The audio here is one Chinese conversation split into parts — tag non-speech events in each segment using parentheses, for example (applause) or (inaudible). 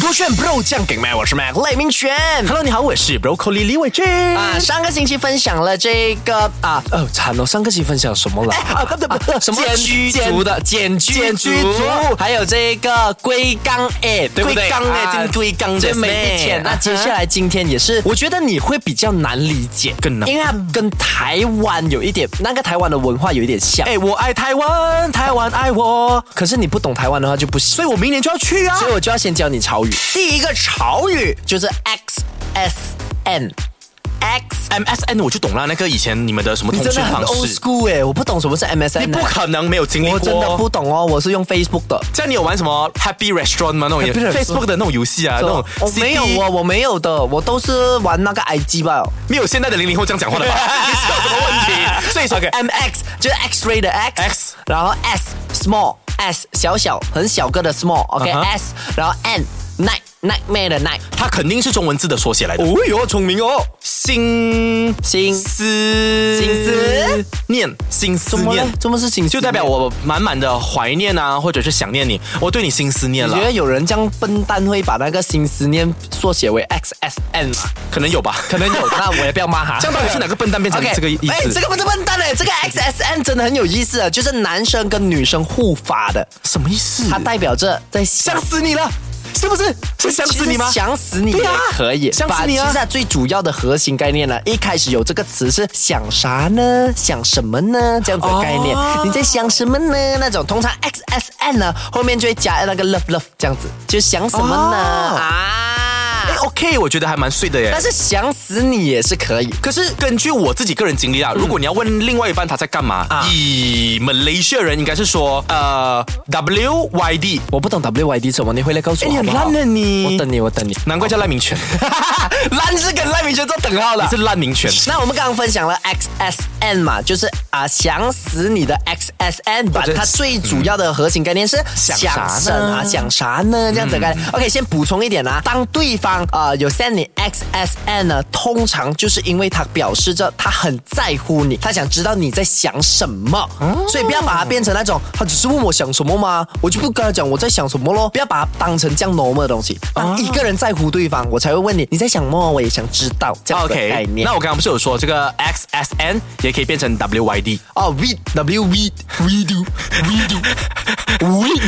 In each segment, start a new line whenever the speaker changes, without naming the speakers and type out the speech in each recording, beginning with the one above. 不炫 bro 酱给麦，我是 Mac 赖明轩。
Hello，你好，我是 Broccoli 李伟俊。
啊，上个星期分享了这个啊，
呃，惨了，上个期分享什么了？
啊不不不，
什么
简
居族的
简居
简居
族
族，
还有这个龟缸哎，
对不对
龟缸哎，
啊
进龟缸的哎
这每一天啊
那接下来今天也是，
我觉得你会比较难理解，更
因为它跟台湾有一点，那个台湾的文化有一点像，
哎，我爱台湾，台湾爱我，
可是你不懂台湾的话就不行，
所以我明年就要去啊
所。以我就要先教你潮语。第一个潮语就是 X S N X，
MSN 我就懂了，那个以前你们的什么
你
通
真
讯
的很
方
old
式，
school 哎，我不懂什么是 MSN，
你不
哎
可能没有经历过。
我真的不懂哦，我是用 Facebook 的。
像你有玩什么 Happy Restaurant 吗？那种
Happy Restaurant
Facebook 的那种游戏啊，那种
我没有哦
CD
我我没有的，我都是玩那个 IG 吧。
没有现在的零零后这样讲话的吧？ (laughs) 你是有什么问题？所
(laughs)
以说
M X 就是 X-ray 的 X，,
X
然后 S small S 小小很小个的 small，OK、
嗯哼
S，然后 N night nightmare 的 night，
它肯定是中文字的缩写来的。
哦哟聪明哦，
心
心
思
心思
念心思
怎么了
念，？
怎么是心思
就代表我满满的怀念啊，或者是想念你，我对你心思念
念。
了
你觉，得有人这样笨蛋会把那个心思念缩写为 X S N
(laughs)
吗？
可能有吧？
可能有，那我也不要骂他。
(laughs) 这样到底是哪个笨蛋变成
OK，
这个意思？
哎、这个不是笨蛋哎、这个 XSN 真的很有意思啊，就是男生跟女生互发的，
什么意思？
它代表着在
想
想
死你了，是不是？是想死你吗？
想死你
对
也
啊
可以，
想
把
死你啊
其实它最主要的核心概念呢，一开始有这个词是想啥呢？想什么呢？这样子的概念，
哦
你在想什么呢？那种通常 XSN 呢后面就会加那个 love love 这样子，就想什么呢？
哦
啊
哎，，OK，我觉得还蛮碎的耶
但。是想死你也是可以。
可是根据我自己个人经历啊，如果你要问另外一半他在干嘛，
嗯啊
以马来西亚人应该是说呃 W Y D，
我不懂 WYD 什么，哎你回来告诉我好不好？
哎你
我等你，我等你。
难怪叫赖明
(laughs)
犬，
烂是跟赖明轩做等号
你
了
是。烂明
(laughs)
犬。
那我们刚刚分享了 XSN 嘛，就是啊，想死你的 XSN，把
者
它最主要的核心概念是
想啥呢嗯
什啊，想啥呢？这样子的概念。OK，先补充一点啊，当对方啊、呃有 send 你 XSN 呢，通常就是因为他表示着他很在乎你，他想知道你在想什么，
哦
所以不要把它变成那种他只是问我想什么吗？我就不跟他讲我在想什么咯，不要把它当成这样 normal 的东西。
哦
当一个人在乎对方，我才会问你你在想什么，我也想知道这样子的概
OK，
念。
那我刚刚不是有说这个 XSN 也可以变成
(laughs)
WYD，
哦，we w we we do we do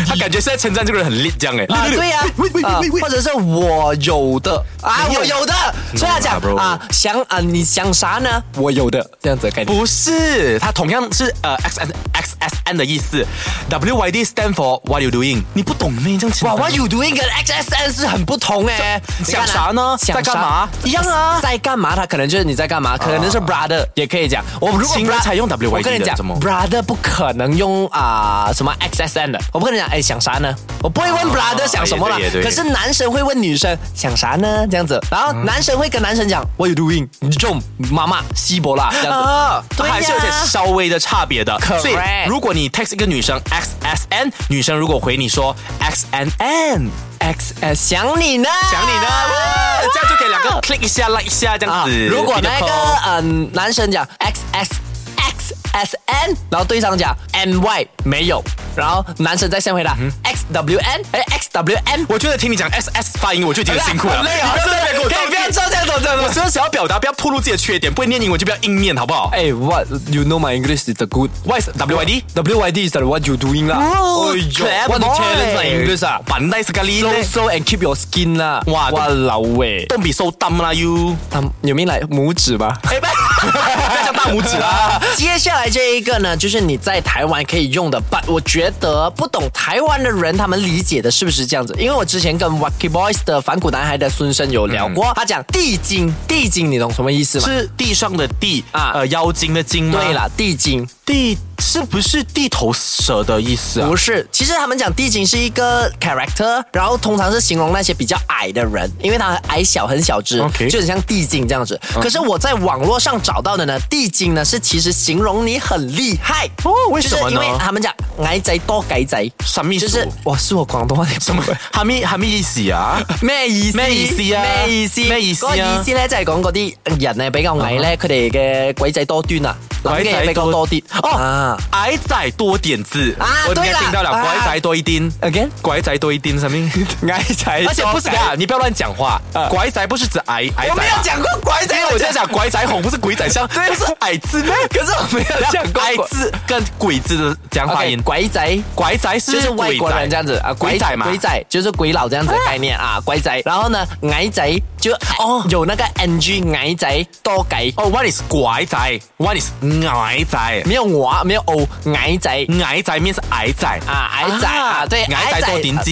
他感觉是在称赞这个人很 lit 这样哎。 (laughs)
啊，对呀、啊，或者是我有的啊，
没有
我有的，所以他讲
bro
啊，想啊，你想啥呢？我有的这样子的概念。
不是，它同样是呃 X N X S N 的意思，W Y D stand for What you doing？你不懂咩？这样
哇
哇
啊，What you doing 跟 XSN 是很不同哎、
这
你看啊
想啥呢
想啥
在干嘛
一样啊，哦在干嘛？他可能就是你在干嘛，可能是 brother 也可以讲。我如果
情人
brother
才用 WYD
我跟你
的
讲
怎么
，brother 不可能用啊什么 XSN 的。哦我不跟你讲，哎，想啥呢？我不会问 brother 想什么了
也对也对，
可是男生会问女生想啥呢？这样子，然后男生会跟男生讲 What you doing？你就妈妈西伯啦这样子。
啊，它
哦对呀
还是有点稍微的差别的。
Correct
所以如果你 text 一个女生 X S N，女生如果回你说 X N N。
X S 想你呢，
想你呢，哇这样就可以两个 click 一下、like 一下这样
啊
子。，
如果那
Video
个
call
呃男生讲 X S X S N，然后对方讲 M Y 没有，然后男生在先回答 X W N 哎 X W N，
我觉得听你讲 S S 发音，我就已经很辛
(laughs)
苦了。
累啊，
你不要在那边给我
可以不要
造
照这样走这样
我
走。
真的想要表达，不要透露自己的缺点，不会念英文就不要啊硬念，好不好？
哎，What you know my English is the good
Why is W Y D？
W Y D is the what you doing 啦。
哦
哎呦
clever
，want to
boy
challenge my English 啊
板带是咖喱
，Slow slow and keep your skin 啦。
哇
哇老喂，
，Don't be so dumb 啦 you。
他们有没有来拇指吧？
哎， (laughs) 不要讲大拇指
(laughs)
啊啦。
接下来这一个呢，就是你在台湾可以用的，but 我觉得不懂台湾的人他们理解的是不是这样子？因为我之前跟 Wacky Boys 的反骨男孩的孙生有聊过，他讲地精，地精你懂什么意思吗？
嗯是地上的地
啊
啊，呃，妖精的精吗？
对，啦，地精
地是不是地头蛇的意思啊
不？是，其实他们讲地精是一个 character，然后通常是形容那些比较矮的人，因为他很矮小很小只
OK
就很像地精这样子。可是我在网络上找到的呢，地经呢是其实形容你很厉害
哦为什么呢
就是因为他们讲矮仔多改仔，
什么意思
就是我是我广东话什么
哈咪哈咪意思啊？
咩意思？
咩意思啊
咩意思？
咩意思啊啊
嗰個意思咧就係講嗰啲人啊咧比較矮咧，佢哋嘅鬼仔多端啊，諗嘅嘢比較多啲。
哦
(laughs) 啊，
矮仔多点子
啊
我应
对
该
啦
听到了，
啊
拐仔多一丁
，again，
拐仔多一丁什么？
(laughs) 矮仔而
而且
且
不
不
是
是
等一下，你不要乱讲话。拐仔不是指矮矮仔啊，
我没有讲过鬼仔，
因为我现在讲拐仔红，不是鬼仔
(laughs)
香，不是矮字咩？
可是我没有 (laughs) 讲过
矮字跟鬼字的讲法
OK，
音。
鬼仔。
拐仔是
就是外国人
鬼
这
仔
样子啊，
鬼仔嘛
鬼仔就是鬼佬这样子的概念啊，鬼仔。然后呢，矮仔就
哦
哦有那个 ng 矮仔多改，
哦，one is 拐仔，one is 矮仔。
没有我没有 o 矮仔
矮仔 means 矮仔
啊矮仔啊对
矮
矮
仔
仔啊
多点
对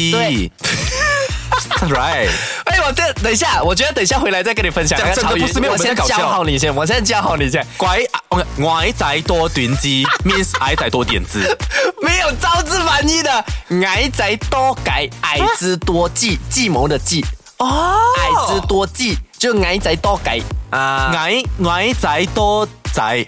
(laughs) 鸡。Right，
哎，我这等一下，我觉得等一下回来再跟你分享
讲
那个
真的
潮语。
不是没有我
我
们
先
在搞笑
教好你先，我先教好你先。
拐矮仔多点
(laughs)
鸡 means 矮仔多点子。
没有招致翻译的，矮仔多改，矮之多计，计谋的计，
哦，
矮之多计，就矮仔多改啊。
矮矮仔多
(laughs)
仔，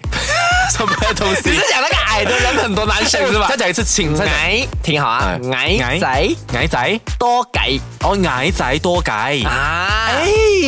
什么东
你
西
是？讲那个矮的人很多男生 (laughs) 是吧
再？讲一次，请再讲
矮，挺好啊，矮仔
矮仔
多改
哦，矮仔多改。
啊
哎。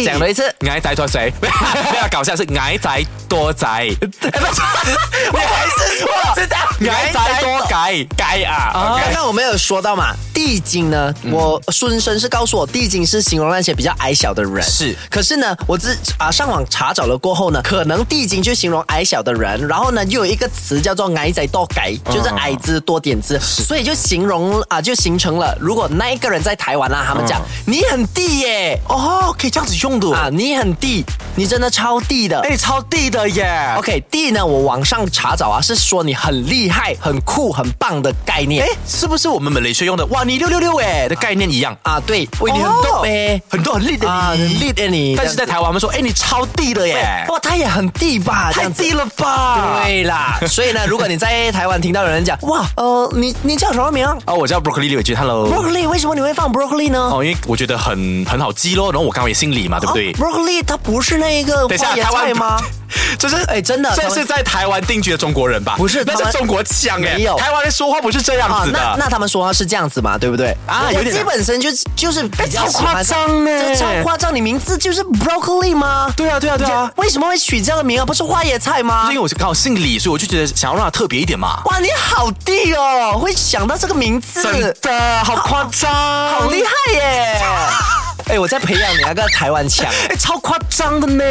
讲多一次，
矮仔多
(laughs)
谁？不要搞笑，是矮仔多仔，
我还是错，知道
(laughs) 矮仔多改改啊
刚刚我们有说到嘛，地精呢，
嗯
我孙生是告诉我，地精是形容那些比较矮小的人。
是
可是呢，我自啊上网查找了过后呢，可能地精就形容矮小的人，然后呢又有一个词叫做矮仔多改，
嗯
就是矮子多点子，所以就形容啊就形成了，如果那一个人在台湾啊，他们讲、你很地耶，
嗯哦，可以这样子用的
啊
哦。
你很地，你真的超地的。
哎，超地的耶！
OK，地呢，我网上查找啊，是说你很厉害、很酷、很棒的概念。
哎，是不是我们马来西亚用的“哇，你六六六哎”的概念一样？
啊，对，喂，你很
哦
逗呗，
很多很厉的
啊，很
你，
厉的你。
但是在台湾我们说，哎，你超地的耶，
哇，他也很地吧，这
太
样子
地了吧？(laughs)
对啦，所以呢，如果你在台湾听到有人讲，哇，呃，你你叫什么名
哦，我叫 Broccoli 李伟君，Hello。
？Broccoli，为什么你会放 Broccoli 呢？
哦，因为我觉得很很好记咯，然后我刚好也姓李嘛，对不对
啊？？Broccoli 它不是那一个
等一下
花椰
台湾
菜吗？
(laughs) 就是
哎真的
这
他们
是在台湾定居的中国人吧？
不是
那
他
是
们
中国腔哎
没，有
台湾人说话不是这样子
啊那
的。
那他们说话是这样子嘛，对不对？
啊
我
有点
基本身就是就是比较
哎超
喜欢
夸张呢
这超夸张！你名字就是 Broccoli 吗？
对啊，对啊，对啊，
为什么会取这样的名啊？不是花椰菜吗
因？为我是刚好姓李，所以我就觉得想要让他特别一点嘛。
哇，你好地哦，会想到这个名字，
真的好夸张，
好
好
厉害耶！ (laughs) 哎，我在培养你那个台湾腔。
哎，超夸张的呢！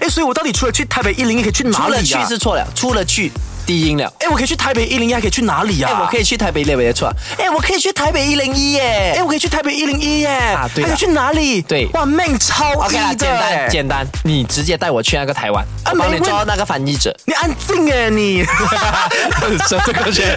哎，所以我到底除了去台北一零一，可以去 (laughs) 哪
出
里啊
了去
呀、
是错了，出了去低音了。
哎，我可以去台北一零一，还可以去哪里呀、
哎，我可
以，
以去台北一零没错。哎，我可以去台北一零一耶
哎，。我可以去台北一零一耶！啊
对
还
啦
可以去哪里？
对
哇，命超
OK 啦，
低的
简单
哎
简单，你直接带我去那个台湾，我帮
啊没
你
问 (laughs)
(laughs) 做那个翻译者。
你安静哎你！
这个是